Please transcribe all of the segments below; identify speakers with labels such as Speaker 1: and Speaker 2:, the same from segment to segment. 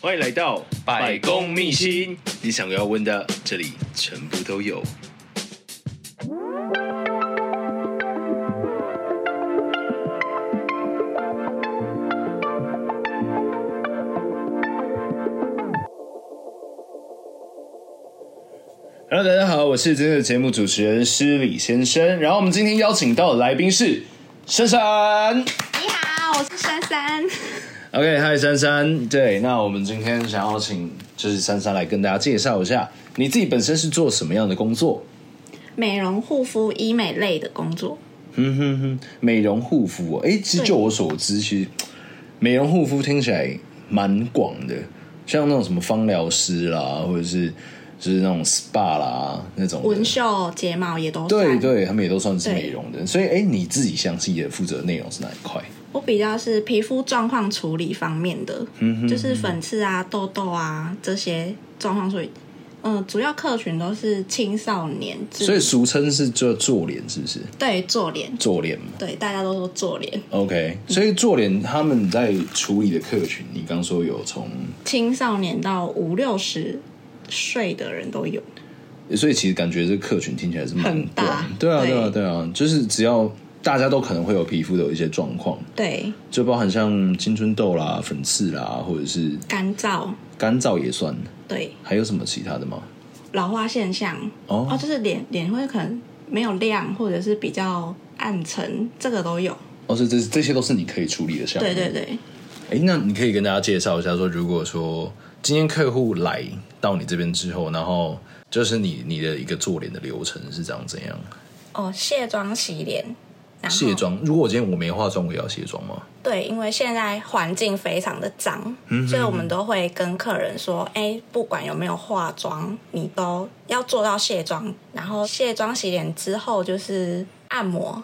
Speaker 1: 欢迎来到
Speaker 2: 百工秘辛，
Speaker 1: 你想要问的，这里全部都有。Hello，大家好，我是今天的节目主持人施礼先生。然后我们今天邀请到的来宾是珊珊。
Speaker 3: 你好，我是珊珊。
Speaker 1: OK，嗨，珊珊。对，那我们今天想要请就是珊珊来跟大家介绍一下，你自己本身是做什么样的工作？
Speaker 3: 美容护肤医美类的工作，
Speaker 1: 哼嗯哼哼，美容护肤、哦。哎，其实就我所知，其实美容护肤听起来蛮广的，像那种什么芳疗师啦，或者是就是那种 SPA 啦那种的。
Speaker 3: 纹绣、睫毛也都
Speaker 1: 对
Speaker 3: 算。
Speaker 1: 对，他们也都算是
Speaker 3: 对
Speaker 1: 美容的。所以，哎，你自己详细的负责的内容是哪一块？
Speaker 3: 我比较是皮肤状况处理方面的，
Speaker 1: 嗯
Speaker 3: 就是粉刺啊、痘痘啊这些状况处理。嗯、主要客群都是青少年，至
Speaker 1: 所以俗称是做做脸，是不是？
Speaker 3: 对做脸，
Speaker 1: 做脸嘛。
Speaker 3: 对大家都说做脸，
Speaker 1: OK，所以做脸他们在处理的客群，你刚说有从，
Speaker 3: 青少年到五六十岁的人都有。
Speaker 1: 所以其实感觉这个客群听起来是蛮
Speaker 3: 很大
Speaker 1: 广的，对啊，
Speaker 3: 对
Speaker 1: 对啊，对啊，就是只要大家都可能会有皮肤的有一些状况，
Speaker 3: 对，
Speaker 1: 就包含像青春痘啦、粉刺啦，或者是
Speaker 3: 干燥，
Speaker 1: 干燥也算，
Speaker 3: 对
Speaker 1: 还有什么其他的吗？
Speaker 3: 老化现象，
Speaker 1: 哦
Speaker 3: 哦，就是脸脸会可能没有亮，或者是比较暗沉，这个都有。
Speaker 1: 哦，所以这这些都是你可以处理的项目。
Speaker 3: 对对对，
Speaker 1: 哎，那你可以跟大家介绍一下说，如果说今天客户来到你这边之后，然后就是你你的一个做脸的流程是长怎样？
Speaker 3: 哦，卸妆洗脸，然后
Speaker 1: 卸妆，如果我今天我没化妆，我也要卸妆吗？
Speaker 3: 对，因为现在环境非常的脏，
Speaker 1: 嗯
Speaker 3: 所以我们都会跟客人说，哎，不管有没有化妆，你都要做到卸妆。然后卸妆洗脸之后就是按摩，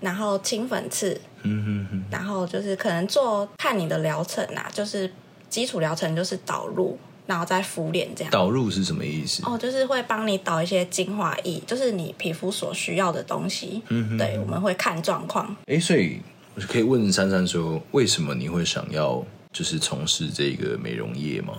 Speaker 3: 然后清粉刺，
Speaker 1: 嗯哼哼，
Speaker 3: 然后就是可能做看你的疗程啊，就是基础疗程就是导入，然后再敷脸这样。
Speaker 1: 导入是什么意思？
Speaker 3: 哦，就是会帮你导一些精华液，就是你皮肤所需要的东西。
Speaker 1: 嗯哼
Speaker 3: 对，我们会看状况。
Speaker 1: 哎，所以我可以问珊珊说，为什么你会想要就是从事这个美容业吗？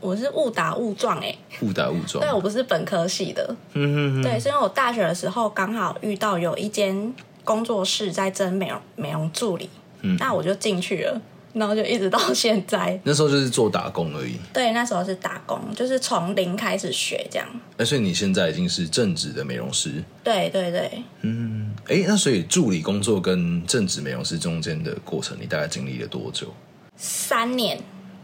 Speaker 3: 我是误打误撞哎、
Speaker 1: 误打误撞
Speaker 3: 对，我不是本科系的，
Speaker 1: 嗯哼哼，
Speaker 3: 对，是因为我大学的时候刚好遇到有一间工作室在征美容美容助理，
Speaker 1: 嗯
Speaker 3: 那我就进去了，然后就一直到现在。
Speaker 1: 那时候就是做打工而已。
Speaker 3: 对，那时候是打工，就是从零开始学这样。
Speaker 1: 哎，所以你现在已经是正职的美容师。
Speaker 3: 对对对，
Speaker 1: 嗯，哎，那所以助理工作跟正职美容师中间的过程，你大概经历了多久？
Speaker 3: 三年，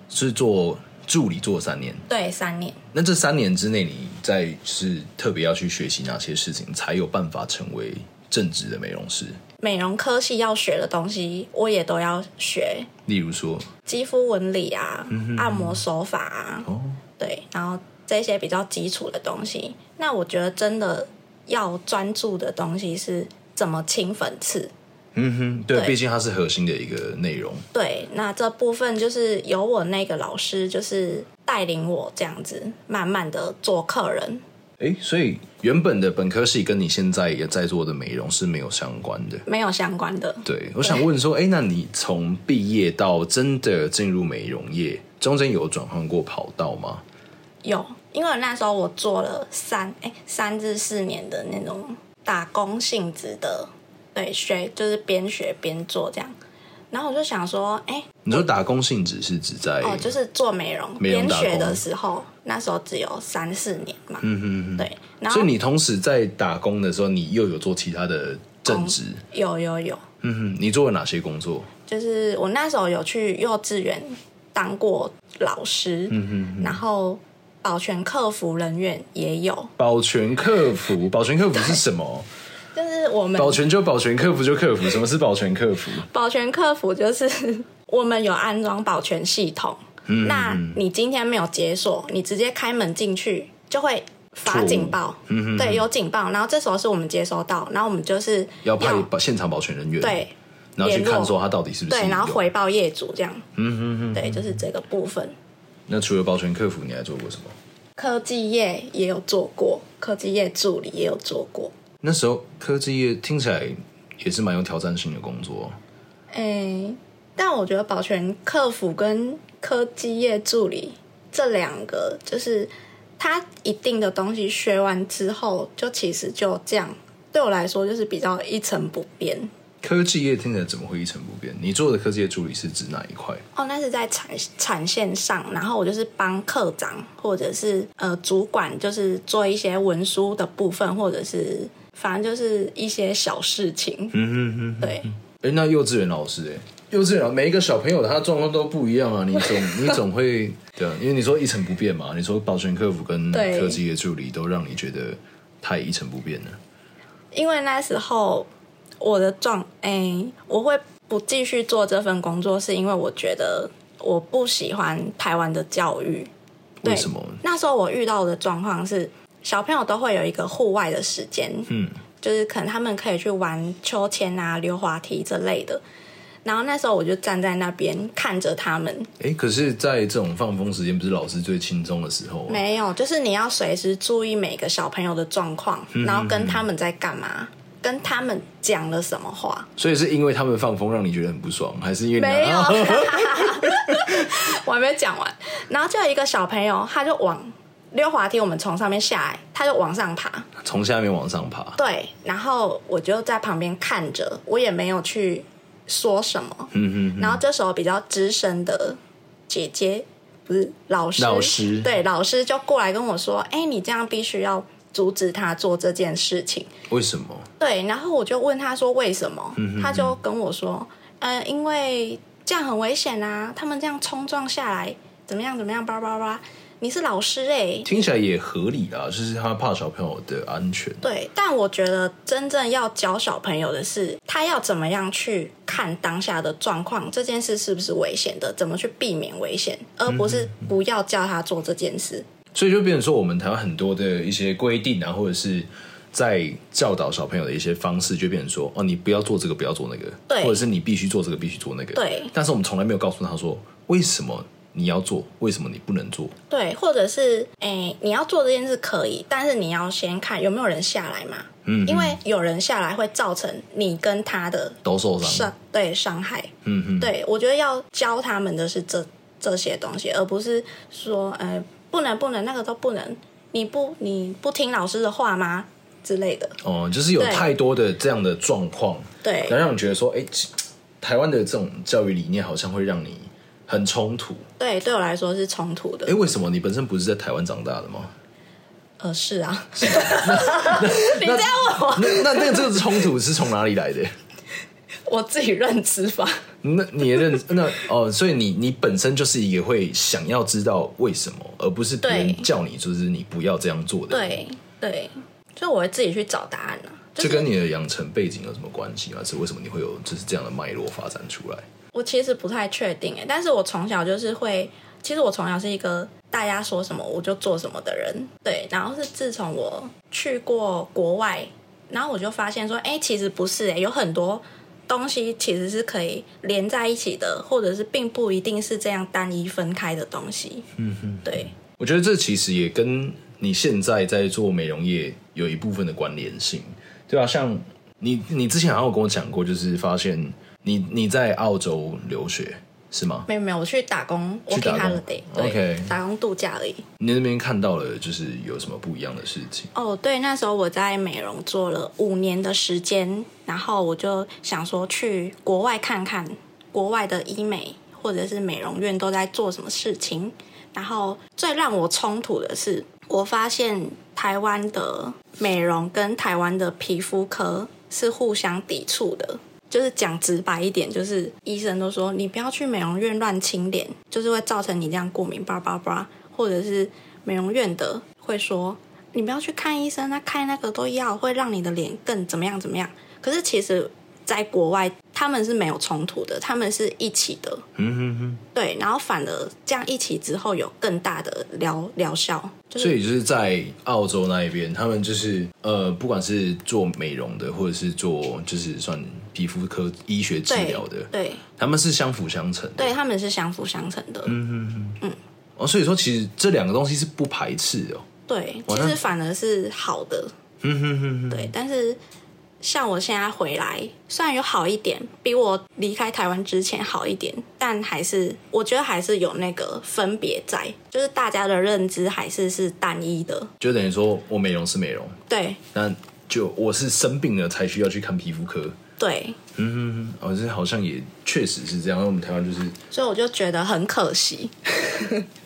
Speaker 1: 是做助理做三年，
Speaker 3: 对三年。
Speaker 1: 那这三年之内，你在是特别要去学习哪些事情，才有办法成为正职的美容师？
Speaker 3: 美容科系要学的东西，我也都要学，
Speaker 1: 例如说，
Speaker 3: 肌肤纹理啊、
Speaker 1: 嗯
Speaker 3: 按摩手法啊，
Speaker 1: 哦，
Speaker 3: 对，然后这些比较基础的东西。那我觉得真的要专注的东西是怎么清粉刺。
Speaker 1: 嗯哼，对，
Speaker 3: 对
Speaker 1: 毕竟它是核心的一个内容。
Speaker 3: 对，那这部分就是由我那个老师就是带领我这样子，慢慢的做客人。
Speaker 1: 哎，所以原本的本科系跟你现在也在做的美容是没有相关的。
Speaker 3: 没有相关的，
Speaker 1: 对，我想问说，哎，那你从毕业到真的进入美容业，中间有转换过跑道吗？
Speaker 3: 有，因为那时候我做了三哎三至四年的那种打工性质的，对，学就是边学边做这样。然后我就想说，哎、
Speaker 1: 你说打工性质是指在，
Speaker 3: 哦，就是做美容，
Speaker 1: 美容
Speaker 3: 边
Speaker 1: 打工
Speaker 3: 学的时候，那时候只有三四年嘛，
Speaker 1: 嗯哼哼，
Speaker 3: 对。然后
Speaker 1: 所以你同时在打工的时候，你又有做其他的正职？
Speaker 3: 有有有，
Speaker 1: 嗯哼，你做了哪些工作？
Speaker 3: 就是我那时候有去幼稚园当过老师，
Speaker 1: 嗯
Speaker 3: 然后保全客服人员也有，
Speaker 1: 保全客服，保全客服是什么？
Speaker 3: 就是我们
Speaker 1: 保全就保全，客服就客服。什么是保全客服？
Speaker 3: 保全客服就是我们有安装保全系统，
Speaker 1: 嗯
Speaker 3: 那你今天没有解锁，你直接开门进去就会发警报，
Speaker 1: 嗯
Speaker 3: 对，有警报，然后这时候是我们接收到，然后我们就是
Speaker 1: 要派保现场保全人员，，
Speaker 3: 对
Speaker 1: 然后去
Speaker 3: 联络
Speaker 1: 看说他到底是不是
Speaker 3: 对，然后
Speaker 1: 有
Speaker 3: 回报业主这样，嗯嗯嗯，对，就是这个部分。
Speaker 1: 那除了保全客服，你还做过什么？
Speaker 3: 科技业也有做过，科技业助理也有做过，
Speaker 1: 那时候科技业听起来也是蛮有挑战性的工作。
Speaker 3: 诶、但我觉得保全客服跟科技业助理这两个就是它一定的东西学完之后，就其实就这样，对我来说就是比较一成不变。
Speaker 1: 科技业听起来怎么会一成不变？你做的科技业助理是指哪一块？
Speaker 3: 哦，那是在产产线上，然后我就是帮课长或者是呃主管，就是做一些文书的部分，或者是反正就是一些小事情。
Speaker 1: 嗯哼哼。
Speaker 3: 对，
Speaker 1: 哎、那幼稚园老师哎、幼稚园老每一个小朋友他的状况都不一样啊，你 总你总会对、啊，因为你说一成不变嘛，你说保全客服跟
Speaker 3: 对
Speaker 1: 科技业助理都让你觉得太一成不变了。
Speaker 3: 因为那时候我的状，哎、我会不继续做这份工作，是因为我觉得我不喜欢台湾的教育。对
Speaker 1: 为什么？
Speaker 3: 那时候我遇到的状况是，小朋友都会有一个户外的时间，
Speaker 1: 嗯，
Speaker 3: 就是可能他们可以去玩秋千啊、溜滑梯这类的。然后那时候我就站在那边看着他们，
Speaker 1: 哎、可是，在这种放风时间，不是老师最轻松的时候、啊？
Speaker 3: 没有，就是你要随时注意每个小朋友的状况，
Speaker 1: 嗯
Speaker 3: 然后跟他们在干嘛，跟他们讲了什么话。
Speaker 1: 所以是因为他们放风让你觉得很不爽，还是因为你
Speaker 3: 没有
Speaker 1: 啊，
Speaker 3: 我还没讲完。然后就有一个小朋友，他就往溜滑梯，我们从上面下来，他就往上爬。
Speaker 1: 从下面往上爬？
Speaker 3: 对，然后我就在旁边看着，我也没有去说什么。
Speaker 1: 嗯哼，
Speaker 3: 然后这时候比较资深的姐姐，不是老师，
Speaker 1: 老师
Speaker 3: 对老师就过来跟我说：“哎、你这样必须要阻止他做这件事情。”
Speaker 1: 为什么？
Speaker 3: 对，然后我就问他说为什么，
Speaker 1: 嗯
Speaker 3: 他就跟我说，呃，因为这样很危险啊，他们这样冲撞下来，怎么样怎么样，叭叭叭，你是老师哎、
Speaker 1: 听起来也合理啦，就是他怕小朋友的安全。
Speaker 3: 对，但我觉得真正要教小朋友的是，他要怎么样去看当下的状况，这件事是不是危险的，怎么去避免危险，而不是不要叫他做这件事。
Speaker 1: 所以就变成说，我们台湾很多的一些规定啊，或者是在教导小朋友的一些方式，就变成说，哦，你不要做这个，不要做那个，
Speaker 3: 对
Speaker 1: 或者是你必须做这个，必须做那个，
Speaker 3: 对
Speaker 1: 但是我们从来没有告诉他说，为什么你要做，为什么你不能做？
Speaker 3: 对，或者是诶、你要做这件事可以，但是你要先看有没有人下来嘛，
Speaker 1: 嗯，
Speaker 3: 因为有人下来会造成你跟他的
Speaker 1: 都受伤
Speaker 3: 伤
Speaker 1: 了，
Speaker 3: 对伤害。
Speaker 1: 嗯哼，
Speaker 3: 对我觉得要教他们的是这这些东西，而不是说呃不能不能那个都不能，你不你不听老师的话吗之类的。
Speaker 1: 哦，就是有
Speaker 3: 对
Speaker 1: 太多的这样的状况，
Speaker 3: 对
Speaker 1: 然后让你觉得说，哎、其台湾的这种教育理念好像会让你很冲突。
Speaker 3: 对，对我来说是冲突的
Speaker 1: 哎、。为什么你本身不是在台湾长大的吗？
Speaker 3: 呃，是啊， 你这样问我，
Speaker 1: 那那那这个冲突是从哪里来的？
Speaker 3: 我自己认知吧。
Speaker 1: 那你也认那哦，所以你你本身就是一个会想要知道为什么，而不是别人
Speaker 3: 对
Speaker 1: 叫你就是你不要这样做的。，
Speaker 3: 对对，所以我会自己去找答案啊。就
Speaker 1: 这
Speaker 3: 是
Speaker 1: 跟你的养成背景有什么关系吗？是为什么你会有就是这样的脉络发展出来？
Speaker 3: 我其实不太确定哎，但是我从小就是会，其实我从小是一个大家说什么我就做什么的人，对。然后是自从我去过国外，然后我就发现说，哎，其实不是哎，有很多东西其实是可以连在一起的，或者是并不一定是这样单一分开的东西。嗯哼，对
Speaker 1: 我觉得这其实也跟你现在在做美容业有一部分的关联性，对啊，像你你之前好像有跟我讲过，就是发现你你在澳洲留学是吗？
Speaker 3: 没有没有，我去打工
Speaker 1: 去打
Speaker 3: ，working
Speaker 1: 工
Speaker 3: holiday，对
Speaker 1: OK
Speaker 3: 打工度假而已。
Speaker 1: 你那边看到了就是有什么不一样的事情？
Speaker 3: 哦，对，那时候我在美容做了五年的时间，然后我就想说去国外看看国外的医美或者是美容院都在做什么事情。然后最让我冲突的是，我发现台湾的美容跟台湾的皮肤科是互相抵触的。就是讲直白一点，就是医生都说你不要去美容院乱亲脸，就是会造成你这样过敏，叭叭叭，或者是美容院的会说你不要去看医生，那看那个都要会让你的脸更怎么样怎么样。可是其实，在国外他们是没有冲突的，他们是一起的，
Speaker 1: 嗯哼哼。
Speaker 3: 对，然后反而这样一起之后有更大的疗疗效，就
Speaker 1: 所
Speaker 3: 是
Speaker 1: 以就是在澳洲那一边，他们就是呃，不管是做美容的，或者是做就是算皮肤科医学治
Speaker 3: 对
Speaker 1: 疗的，
Speaker 3: 对
Speaker 1: 他们是相辅相成的。
Speaker 3: 对，他们是相辅相成的，
Speaker 1: 嗯哦，所以说其实这两个东西是不排斥的哦。
Speaker 3: 对，
Speaker 1: 哇
Speaker 3: 其
Speaker 1: 那嗯
Speaker 3: 实反而是好的，对，但是。像我现在回来，虽然有好一点，比我离开台湾之前好一点，但还是我觉得还是有那个分别在，就是大家的认知还是是单一的。
Speaker 1: 就等于说我美容是美容，
Speaker 3: 对
Speaker 1: 那就我是生病了才需要去看皮肤科。
Speaker 3: 对，
Speaker 1: 嗯，哦，这好像也确实是这样。那我们台湾就是，
Speaker 3: 所以我就觉得很可惜。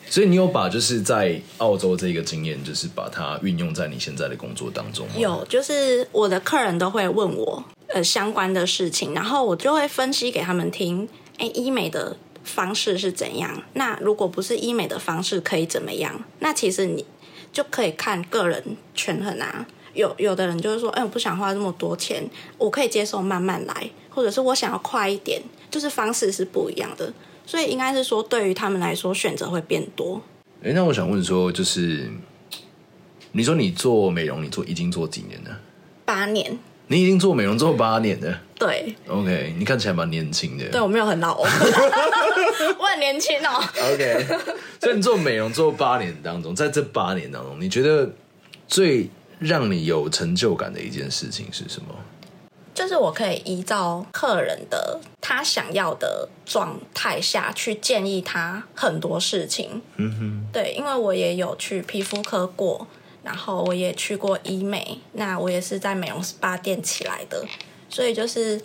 Speaker 1: 所以你有把就是在澳洲这个经验，就是把它运用在你现在的工作当中吗？
Speaker 3: 有，就是我的客人都会问我呃相关的事情，然后我就会分析给他们听，哎，医美的方式是怎样？那如果不是医美的方式，可以怎么样？那其实你就可以看个人权衡啊。有有的人就是说，哎，我不想花这么多钱，我可以接受慢慢来，或者是我想要快一点，就是方式是不一样的。所以应该是说，对于他们来说，选择会变多。
Speaker 1: 哎，那我想问说，就是你说你做美容，你做已经做几年了？
Speaker 3: 八年，
Speaker 1: 你已经做美容做八年了
Speaker 3: 对，
Speaker 1: ，OK，你看起来蛮年轻的。
Speaker 3: 对我没有很老哦， 我很年轻哦。
Speaker 1: OK，所以 你做美容做八年当中，在这八年当中，你觉得最让你有成就感的一件事情是什么？
Speaker 3: 就是我可以依照客人的他想要的状态下去建议他很多事情。嗯哼，对，因为我也有去皮肤科过，然后我也去过医美，那我也是在美容 SPA 店起来的，所以就是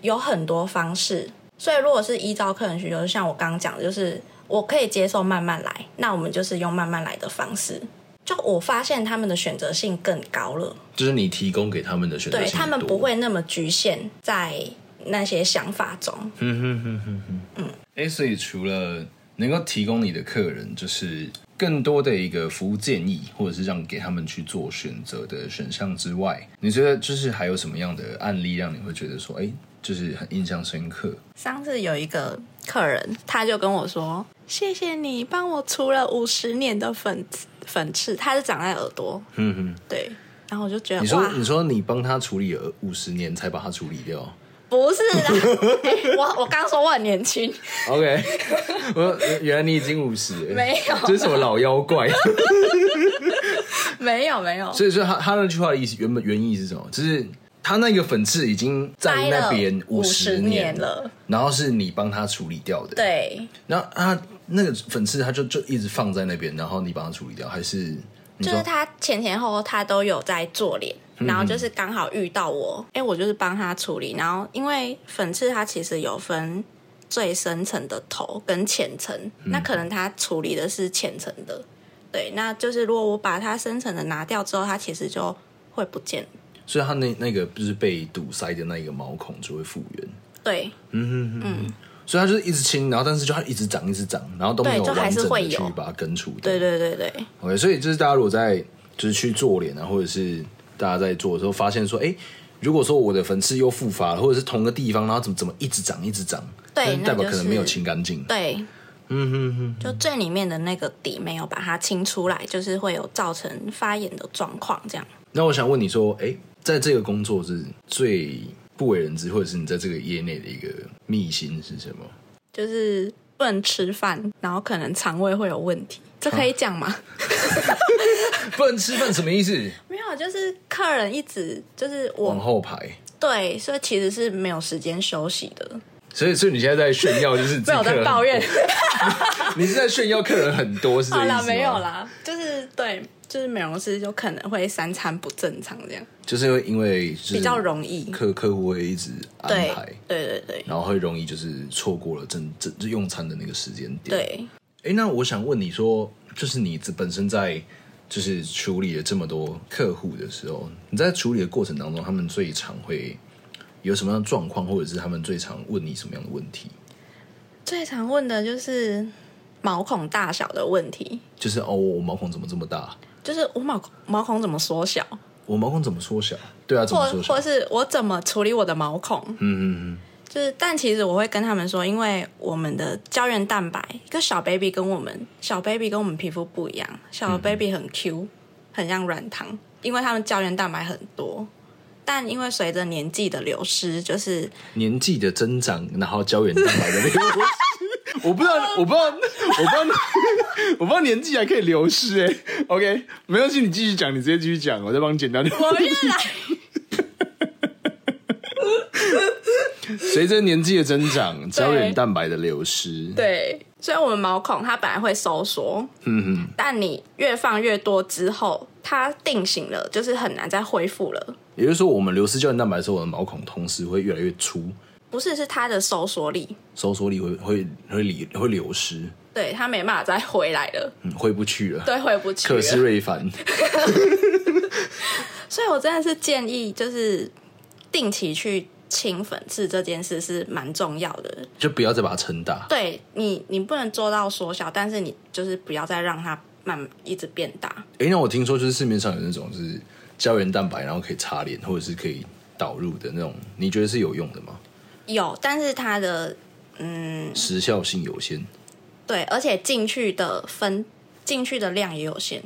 Speaker 3: 有很多方式。所以如果是依照客人需求，就像我刚刚讲的，就是我可以接受慢慢来，那我们就是用慢慢来的方式。就我发现他们的选择性更高了。
Speaker 1: 就是你提供给他们的选择
Speaker 3: 对
Speaker 1: 性
Speaker 3: 他们
Speaker 1: 多
Speaker 3: 不。会那么局限在那些想法中。
Speaker 1: 哎、所以除了能够提供你的客人就是更多的一个服务建议，或者是让给他们去做选择的选项之外，你觉得就是还有什么样的案例让你会觉得说，哎、就是很印象深刻？
Speaker 3: 上次有一个客人，他就跟我说：“谢谢你帮我除了五十年的粉刺粉刺，它是长在耳朵。”嗯哼，对。然后我就觉
Speaker 1: 你
Speaker 3: 得
Speaker 1: 说
Speaker 3: 哇，
Speaker 1: 你说你帮他处理了五十年才把它处理掉。
Speaker 3: 不是啦， 哎 我我刚说我很年轻，
Speaker 1: OK，我原来你已经五十，
Speaker 3: 没有
Speaker 1: 这是什么老妖怪？
Speaker 3: 没有没有，
Speaker 1: 所以说他他那句话的意思原本原意是什么？就是他那个粉刺已经在那边
Speaker 3: 五
Speaker 1: 十
Speaker 3: 十
Speaker 1: 年
Speaker 3: 年，了，
Speaker 1: 然后是你帮他处理掉的。，
Speaker 3: 对，
Speaker 1: 然后他那个粉刺他就就一直放在那边，然后你帮他处理掉，还是你
Speaker 3: 就是
Speaker 1: 说
Speaker 3: 他前前后后他都有在做脸，然后就是刚好遇到我，哎、我就是帮他处理。然后因为粉刺它其实有分最深层的头跟浅层，那可能他处理的是浅层的，对，那就是如果我把它深层的拿掉之后，它其实就会不见。
Speaker 1: 所以他那那个就是被堵塞的那个毛孔就会复原，
Speaker 3: 对
Speaker 1: 所以他就是一直清，然后但是就它一直长一直长，然后都没有
Speaker 3: 对就还
Speaker 1: 完
Speaker 3: 是
Speaker 1: 整
Speaker 3: 会
Speaker 1: 的去
Speaker 3: 有
Speaker 1: 把它根除掉。
Speaker 3: 对对对对
Speaker 1: OK，所以就是大家如果在就是去做脸啊，或者是大家在做的时候，发现说，哎、如果说我的粉刺又复发了，或者是同个地方，然后怎么怎么一直长一直长，
Speaker 3: 对
Speaker 1: 那
Speaker 3: 那
Speaker 1: 代表
Speaker 3: 就
Speaker 1: 可能没有
Speaker 3: 是
Speaker 1: 清干净。
Speaker 3: 对，嗯哼哼，就最里面的那个底没有把它清出来，就是会有造成发炎的状况这样。
Speaker 1: 那我想问你说，哎、在这个工作是最不为人知，或者是你在这个业内的一个秘辛是什么？
Speaker 3: 就是不能吃饭，然后可能肠胃会有问题，这可以讲吗？
Speaker 1: 不能吃饭什么意思？
Speaker 3: 没有，就是客人一直就是
Speaker 1: 往
Speaker 3: 我
Speaker 1: 后排。
Speaker 3: 对，所以其实是没有时间休息的，
Speaker 1: 所以，所以你现在在炫耀，就是自己
Speaker 3: 没有
Speaker 1: 客
Speaker 3: 在
Speaker 1: 人
Speaker 3: 抱怨。
Speaker 1: 很， 你是在炫耀客人很多，是这个
Speaker 3: 好
Speaker 1: 意思
Speaker 3: 啦，
Speaker 1: 吗？
Speaker 3: 没有，啦，就是对，就是美容师就可能会三餐不正常这样，
Speaker 1: 就是因为因为就是
Speaker 3: 比较容易。
Speaker 1: 客客户会一直安
Speaker 3: 对
Speaker 1: 排，
Speaker 3: 对对对
Speaker 1: 然后会容易就是错过了正正就用餐的那个时间点。
Speaker 3: 对，
Speaker 1: 对，哎，那我想问你说，就是你自本身在就是处理了这么多客户的时候，你在处理的过程当中，他们最常会有什么样的状况，或者是他们最常问你什么样的问题？
Speaker 3: 最常问的就是毛孔大小的问题，
Speaker 1: 就是哦，我毛孔怎么这么大？
Speaker 3: 就是我毛毛孔怎么缩小，
Speaker 1: 我毛孔怎么缩小？对啊，怎么
Speaker 3: 或
Speaker 1: 缩小
Speaker 3: 或？是我怎么处理我的毛孔？
Speaker 1: 嗯嗯
Speaker 3: 就是，但其实我会跟他们说，因为我们的胶原蛋白，一个小 baby 跟我们小 baby 跟我们皮肤不一样，小 baby
Speaker 1: 嗯
Speaker 3: 很 Q，很像软糖，因为他们胶原蛋白很多。但因为随着年纪的流 失，就是
Speaker 1: 嗯，年纪的增长，然后胶原蛋白的那个流失。我不知道，我不知道，我不知道，我不知道年纪还可以流失哎、OK，没关系，你继续讲，你直接继续讲，我再帮你剪掉。
Speaker 3: 我越来
Speaker 1: 随着年纪的增长，胶原蛋白的流失，
Speaker 3: 对，所以我们毛孔它本来会收缩，
Speaker 1: 嗯
Speaker 3: 但你越放越多之后，它定型了，就是很难再恢复了。
Speaker 1: 哼，也就是说，我们流失胶原蛋白的时候，我的毛孔同时会越来越粗，
Speaker 3: 不是，是它的收缩力，
Speaker 1: 收缩力会会会离会流失，
Speaker 3: 对，它没办法再回来 了，
Speaker 1: 嗯，回不去了。
Speaker 3: 对，回不去
Speaker 1: 克
Speaker 3: 了。
Speaker 1: 斯瑞凡，
Speaker 3: 所以我真的是建议，就是定期去清粉刺这件事是蛮重要的。
Speaker 1: 就不要再把它撑大。
Speaker 3: 对你，你不能做到缩小，但是你就是不要再让它慢一直变大。
Speaker 1: 哎、那我听说就是市面上有那种就是胶原蛋白，然后可以擦脸或者是可以导入的那种，你觉得是有用的吗？
Speaker 3: 有，但是它的嗯，
Speaker 1: 时效性有限，
Speaker 3: 对，而且进去的分进去的量也有限。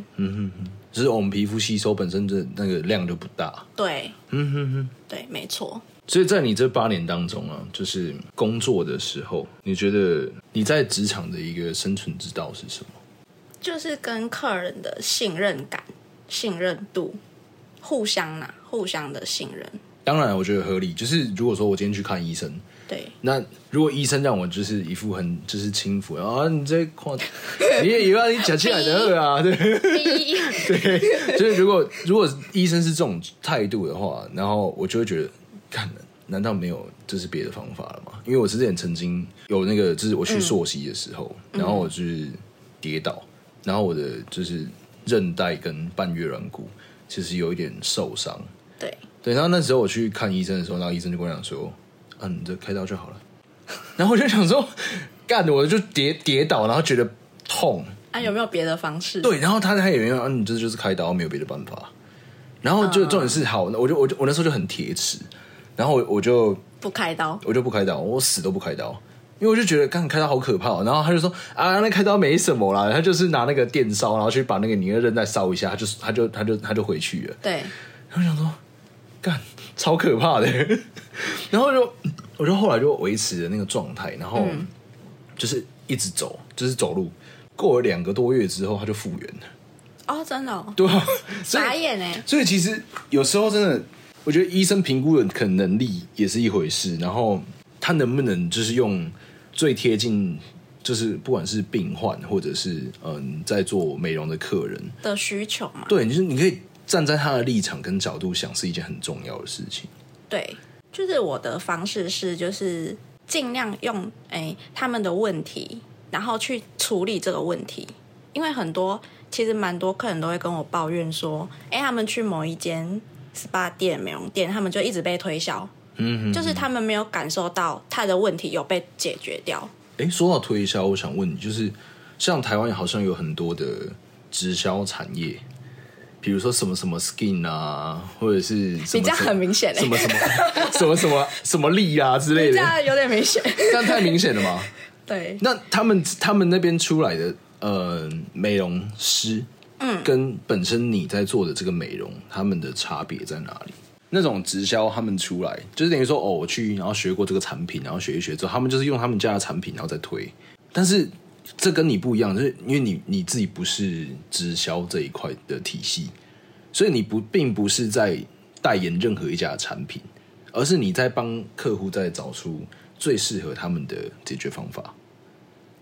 Speaker 1: 就是我们皮肤吸收本身的那个量就不大。
Speaker 3: 对，
Speaker 1: 嗯哼哼。
Speaker 3: 对，没错。
Speaker 1: 所以在你这八年当中啊，就是工作的时候，你觉得你在职场的一个生存之道是什么？
Speaker 3: 就是跟客人的信任感、信任度，互相啦、互相的信任。
Speaker 1: 当然，我觉得合理。就是如果说我今天去看医生，
Speaker 3: 对，
Speaker 1: 那如果医生让我就是一副很就是轻浮啊，你这夸， 你也以为你假起来的啊，对
Speaker 3: 第一，
Speaker 1: 对。就是如果如果医生是这种态度的话，然后我就会觉得，看，难道没有就是别的方法了吗？因为我之前曾经有那个，就是我去溯溪的时候，然后我就是跌倒，然后我的就是韧带跟半月软骨其实有一点受伤，
Speaker 3: 对，
Speaker 1: 对，然后那时候我去看医生的时候，然后医生就跟我讲说：“啊，你这开刀就好了。”然后我就想说，干，我就跌跌倒，然后觉得痛，
Speaker 3: 啊，有没有别的方式？，
Speaker 1: 对，然后他他也原来，啊，你这就是开刀，没有别的办法。然后就重点是好，我就我就我那时候就很铁齿，然后我我就
Speaker 3: 不开刀。
Speaker 1: 我就不开刀，我死都不开刀，因为我就觉得干开刀好可怕哦、然后他就说啊，那开刀没什么啦，他就是拿那个电烧，然后去把那个你的韧带烧一下，他就他就他就他就回去了。
Speaker 3: 对，
Speaker 1: 然后想说，干，超可怕的。 然后就，我就后来就维持了那个状态，然后就是一直走，就是走路。过了两个多月之后，它就复原了。
Speaker 3: 哦，真的、哦，
Speaker 1: 对 啊，所
Speaker 3: 傻
Speaker 1: 以
Speaker 3: 眼哎，
Speaker 1: 所以其实有时候真的，我觉得医生评估的可能能力也是一回事，然后他能不能就是用最贴近。就是不管是病患或者是嗯在做美容的客人，
Speaker 3: 的需求嘛。
Speaker 1: 对，就是你可以站在他的立场跟角度想，是一件很重要的事情。
Speaker 3: 对，就是我的方式是，就是尽量用哎、他们的问题，然后去处理这个问题。因为很多其实蛮多客人都会跟我抱怨说，哎、他们去某一间 SPA 店、美容店，他们就一直被推销，
Speaker 1: 嗯，
Speaker 3: 就是他们没有感受到他的问题有被解决掉。
Speaker 1: 哎，说到推销，我想问你，就是像台湾好像有很多的直销产业，比如说什么什么 skin 啊，或者是什
Speaker 3: 你
Speaker 1: 么
Speaker 3: 这样很明显哎、
Speaker 1: 什么什么什么什么什么力啊之类
Speaker 3: 这
Speaker 1: 的，
Speaker 3: 样有点明显。
Speaker 1: 这样太明显了吧？
Speaker 3: 对，
Speaker 1: 那他们他们那边出来的呃美容师，嗯，跟本身你在做的这个美容，他们的差别在哪里？那种直销他们出来，就是等于说哦，我去然后学过这个产品，然后学一学之后，他们就是用他们家的产品然后再推，但是。这跟你不一样，就是因为你你自己不是直销这一块的体系，所以你不并不是在代言任何一家的产品，而是你在帮客户在找出最适合他们的解决方法。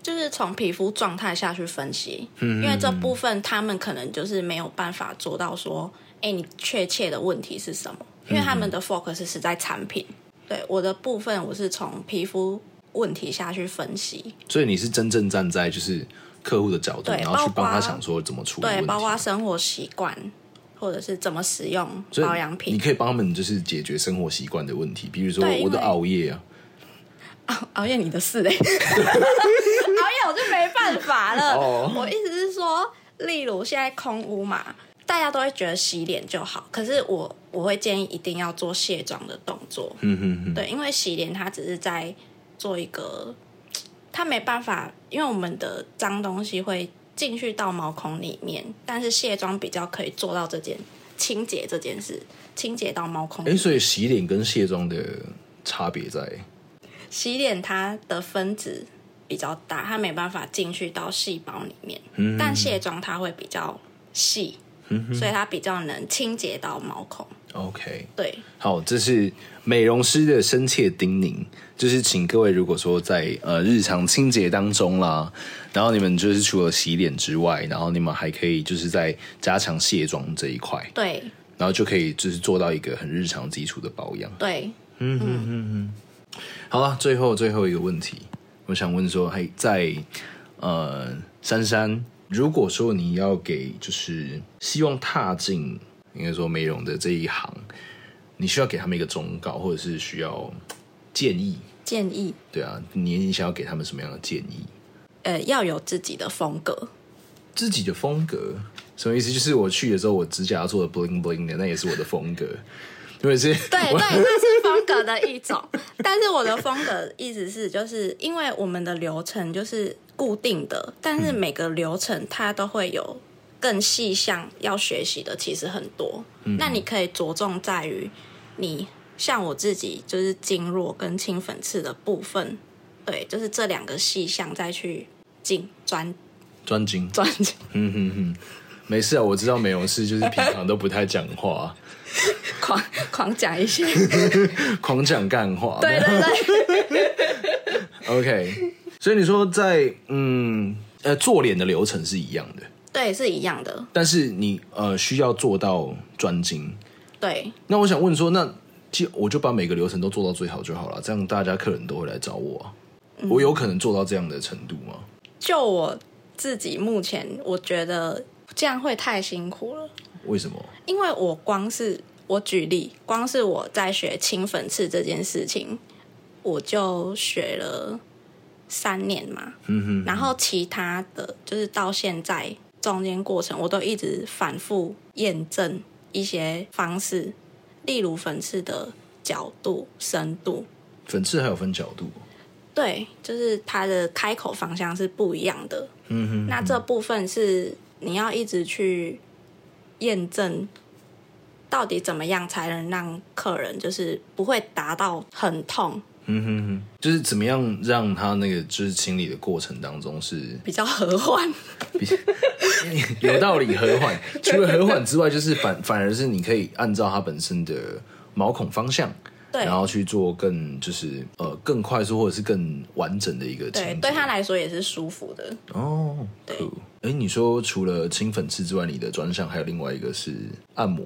Speaker 3: 就是从皮肤状态下去分析，
Speaker 1: 嗯
Speaker 3: 因为这部分他们可能就是没有办法做到说，哎、你确切的问题是什么？因为他们
Speaker 1: 嗯
Speaker 3: 的 focus 是在产品。对我的部分，我是从皮肤问题下去分析，
Speaker 1: 所以你是真正站在就是客户的角度，
Speaker 3: 对
Speaker 1: 然后去
Speaker 3: 包括
Speaker 1: 帮他想说怎么处理问
Speaker 3: 对，
Speaker 1: 题，
Speaker 3: 包括生活习惯或者是怎么使用
Speaker 1: 所以
Speaker 3: 保养
Speaker 1: 你
Speaker 3: 品。
Speaker 1: 可以帮他们就是解决生活习惯的问题，比如说
Speaker 3: 对因为
Speaker 1: 我的熬夜啊，
Speaker 3: 熬夜你的事 哎、熬夜我就没办法了。
Speaker 1: 哦
Speaker 3: 我意思是说，例如现在空屋嘛，大家都会觉得洗脸就好，可是我我会建议一定要做卸妆的动作，
Speaker 1: 嗯哼哼，
Speaker 3: 对，因为洗脸它只是在做一个，它没办法，因为我们的脏东西会进去到毛孔里面，但是卸妆比较可以做到这件清洁这件事，清洁到毛孔里
Speaker 1: 哎、所以洗脸跟卸妆的差别在，
Speaker 3: 洗脸它的分子比较大，它没办法进去到细胞里面。但卸妆它会比较细，所以它比较能清洁到毛孔。
Speaker 1: OK，
Speaker 3: 对，
Speaker 1: 好，这是美容师的深切叮咛，就是请各位如果说在呃日常清洁当中啦，然后你们就是除了洗脸之外，然后你们还可以就是在加强卸妆这一块，
Speaker 3: 对，
Speaker 1: 然后就可以就是做到一个很日常基础的保养。
Speaker 3: 对，
Speaker 1: 好了，啊最后最后一个问题，我想问说，嘿，在呃珊珊，如果说你要给就是希望踏进应该说美容的这一行，你需要给他们一个忠告，或者是需要建议，
Speaker 3: 建议
Speaker 1: 对啊，你你想要给他们什么样的建议？
Speaker 3: 呃要有自己的风格，
Speaker 1: 自己的风格什么意思？就是我去的时候，我指甲做的 bling bling 的，那也是我的风格，或者是
Speaker 3: 对对，这是风格的一种。但是我的风格意思是，就是因为我们的流程就是固定的，但是每个流程它都会有更细项要学习的，其实很多。那你可以着重在于你像我自己就是经络跟清粉刺的部分，对，就是这两个细项再去进专
Speaker 1: 专精。
Speaker 3: 专 精。
Speaker 1: 没事啊，我知道美容师就是平常都不太讲话。
Speaker 3: 狂狂讲一些，
Speaker 1: 狂讲干话。
Speaker 3: 对对对，
Speaker 1: OK，所以你说在嗯呃做脸的流程是一样的，
Speaker 3: 对是一样的，
Speaker 1: 但是你呃需要做到专精。
Speaker 3: 对
Speaker 1: 那我想问说，那其实我就把每个流程都做到最好就好了，这样大家客人都会来找我啊。我有可能做到这样的程度吗？
Speaker 3: 就我自己目前，我觉得这样会太辛苦了，
Speaker 1: 为什么？
Speaker 3: 因为我光是我举例，光是我在学清粉刺这件事情，我就学了三年嘛，
Speaker 1: 嗯
Speaker 3: 然后其他的就是到现在中间过程，我都一直反复验证一些方式，例如粉刺的角度、深度，
Speaker 1: 哼，粉刺还有分角度。
Speaker 3: 对，就是它的开口方向是不一样的。
Speaker 1: 嗯
Speaker 3: 那这部分是你要一直去验证，到底怎么样才能让客人就是不会达到很痛，
Speaker 1: 哼，嗯哼哼，就是怎么样让他那个就是清理的过程当中是
Speaker 3: 比较和 缓。
Speaker 1: 有道理和缓， 除了和缓之外，就是反反而是你可以按照它本身的毛孔方向，
Speaker 3: 对
Speaker 1: 然后去做更就是呃更快速或者是更完整的一个清
Speaker 3: 对，
Speaker 1: 洁。
Speaker 3: 对他来说也是舒服的。
Speaker 1: 哦，
Speaker 3: 对
Speaker 1: 酷。哎，你说除了清粉刺之外，你的专项还有另外一个是按摩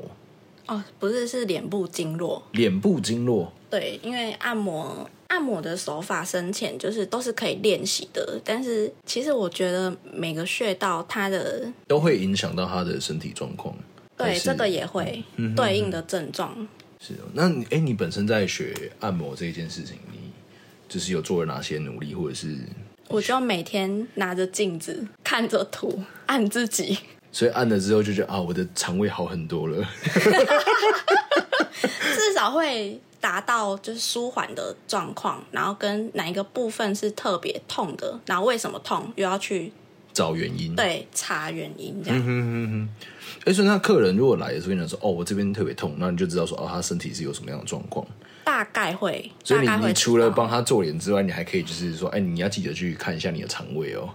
Speaker 3: 哦，不是，是脸部经络。
Speaker 1: 脸部经络。
Speaker 3: 对，因为按摩按摩的手法深浅就是都是可以练习的，但是其实我觉得每个穴道它的
Speaker 1: 都会影响到他的身体状况。还
Speaker 3: 对
Speaker 1: 是嗯
Speaker 3: 这个也会对应的症状。
Speaker 1: 是哦。那你哎，你本身在学按摩这一件事情，你就是有做了哪些努力，或者是
Speaker 3: 我就每天拿着镜子看着图按自 己，
Speaker 1: 所以按了之后就觉得啊，我的肠胃好很多了。
Speaker 3: 至少会达到就是舒缓的状况，然后跟哪一个部分是特别痛的，然后为什么痛，又要去
Speaker 1: 找原因。，
Speaker 3: 对查原因
Speaker 1: 嗯
Speaker 3: 这样。
Speaker 1: 哎，所以那客人如果来的时候跟你讲说，哦，我这边特别痛，那你就知道说，哦，他身体是有什么样的状况。
Speaker 3: 大概会，
Speaker 1: 所以
Speaker 3: 大概
Speaker 1: 你
Speaker 3: 会
Speaker 1: 你除了
Speaker 3: 知道
Speaker 1: 帮他做脸之外，你还可以就是说，哎，你要记得去看一下你的肠胃哦。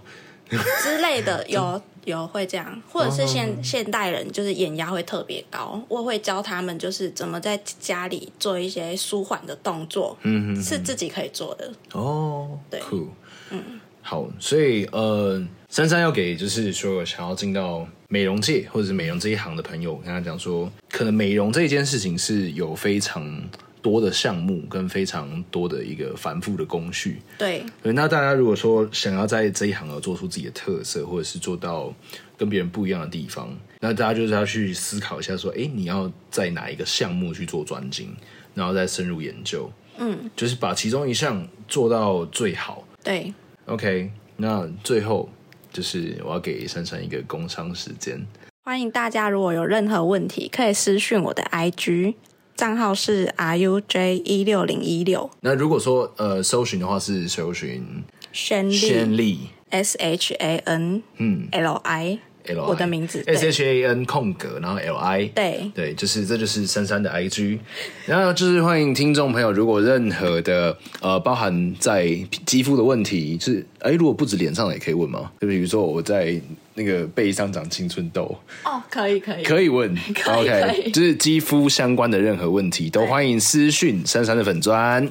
Speaker 3: 之类的， 有有会这样，或者是
Speaker 1: 哦
Speaker 3: 现现代人就是眼压会特别高，我会教他们就是怎么在家里做一些舒缓的动作，嗯是自己可以做的。
Speaker 1: 哦，
Speaker 3: 对
Speaker 1: 酷，嗯，好，所以呃，珊珊要给就是说想要进到美容界或者是美容这一行的朋友，我跟他讲说，可能美容这一件事情是有非常多的项目跟非常多的一个繁复的工序。
Speaker 3: 对
Speaker 1: 对，那大家如果说想要在这一行而做出自己的特色，或者是做到跟别人不一样的地方，那大家就是要去思考一下，说，哎，你要在哪一个项目去做专精，然后再深入研究，嗯，就是把其中一项做到最好。
Speaker 3: 对，
Speaker 1: OK，那最后就是我要给珊珊一个工商时间，
Speaker 3: 欢迎大家如果有任何问题，可以私讯我的 IG 账号是 ruj 一六零一六
Speaker 1: 那如果说呃搜寻的话是搜寻
Speaker 3: 宣
Speaker 1: 绚
Speaker 3: 丽
Speaker 1: 丽，
Speaker 3: S H A N
Speaker 1: 嗯
Speaker 3: L I，
Speaker 1: ，L I
Speaker 3: 我的名字对
Speaker 1: S H A N 空格，然后 L I
Speaker 3: 对
Speaker 1: 对，就是这就是珊珊的 IG，然后就是欢迎听众朋友，如果任何的呃，包含在肌肤的问题，就是哎，如果不止脸上的也可以问嘛，就比如说我在那个背上长青春痘？
Speaker 3: 哦，可以可以
Speaker 1: 可以问
Speaker 3: 可以可以
Speaker 1: 就是肌肤相关的任何问题都欢迎私讯珊珊的粉砖。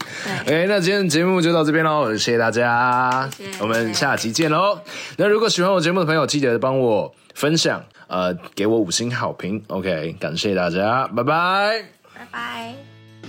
Speaker 1: OK，那今天的节目就到这边喽，谢谢大家，
Speaker 3: 谢谢
Speaker 1: 我们下期见喽。那如果喜欢我节目的朋友，记得帮我分享，呃，给我五星好评。OK，感谢大家，拜拜。
Speaker 3: 拜拜。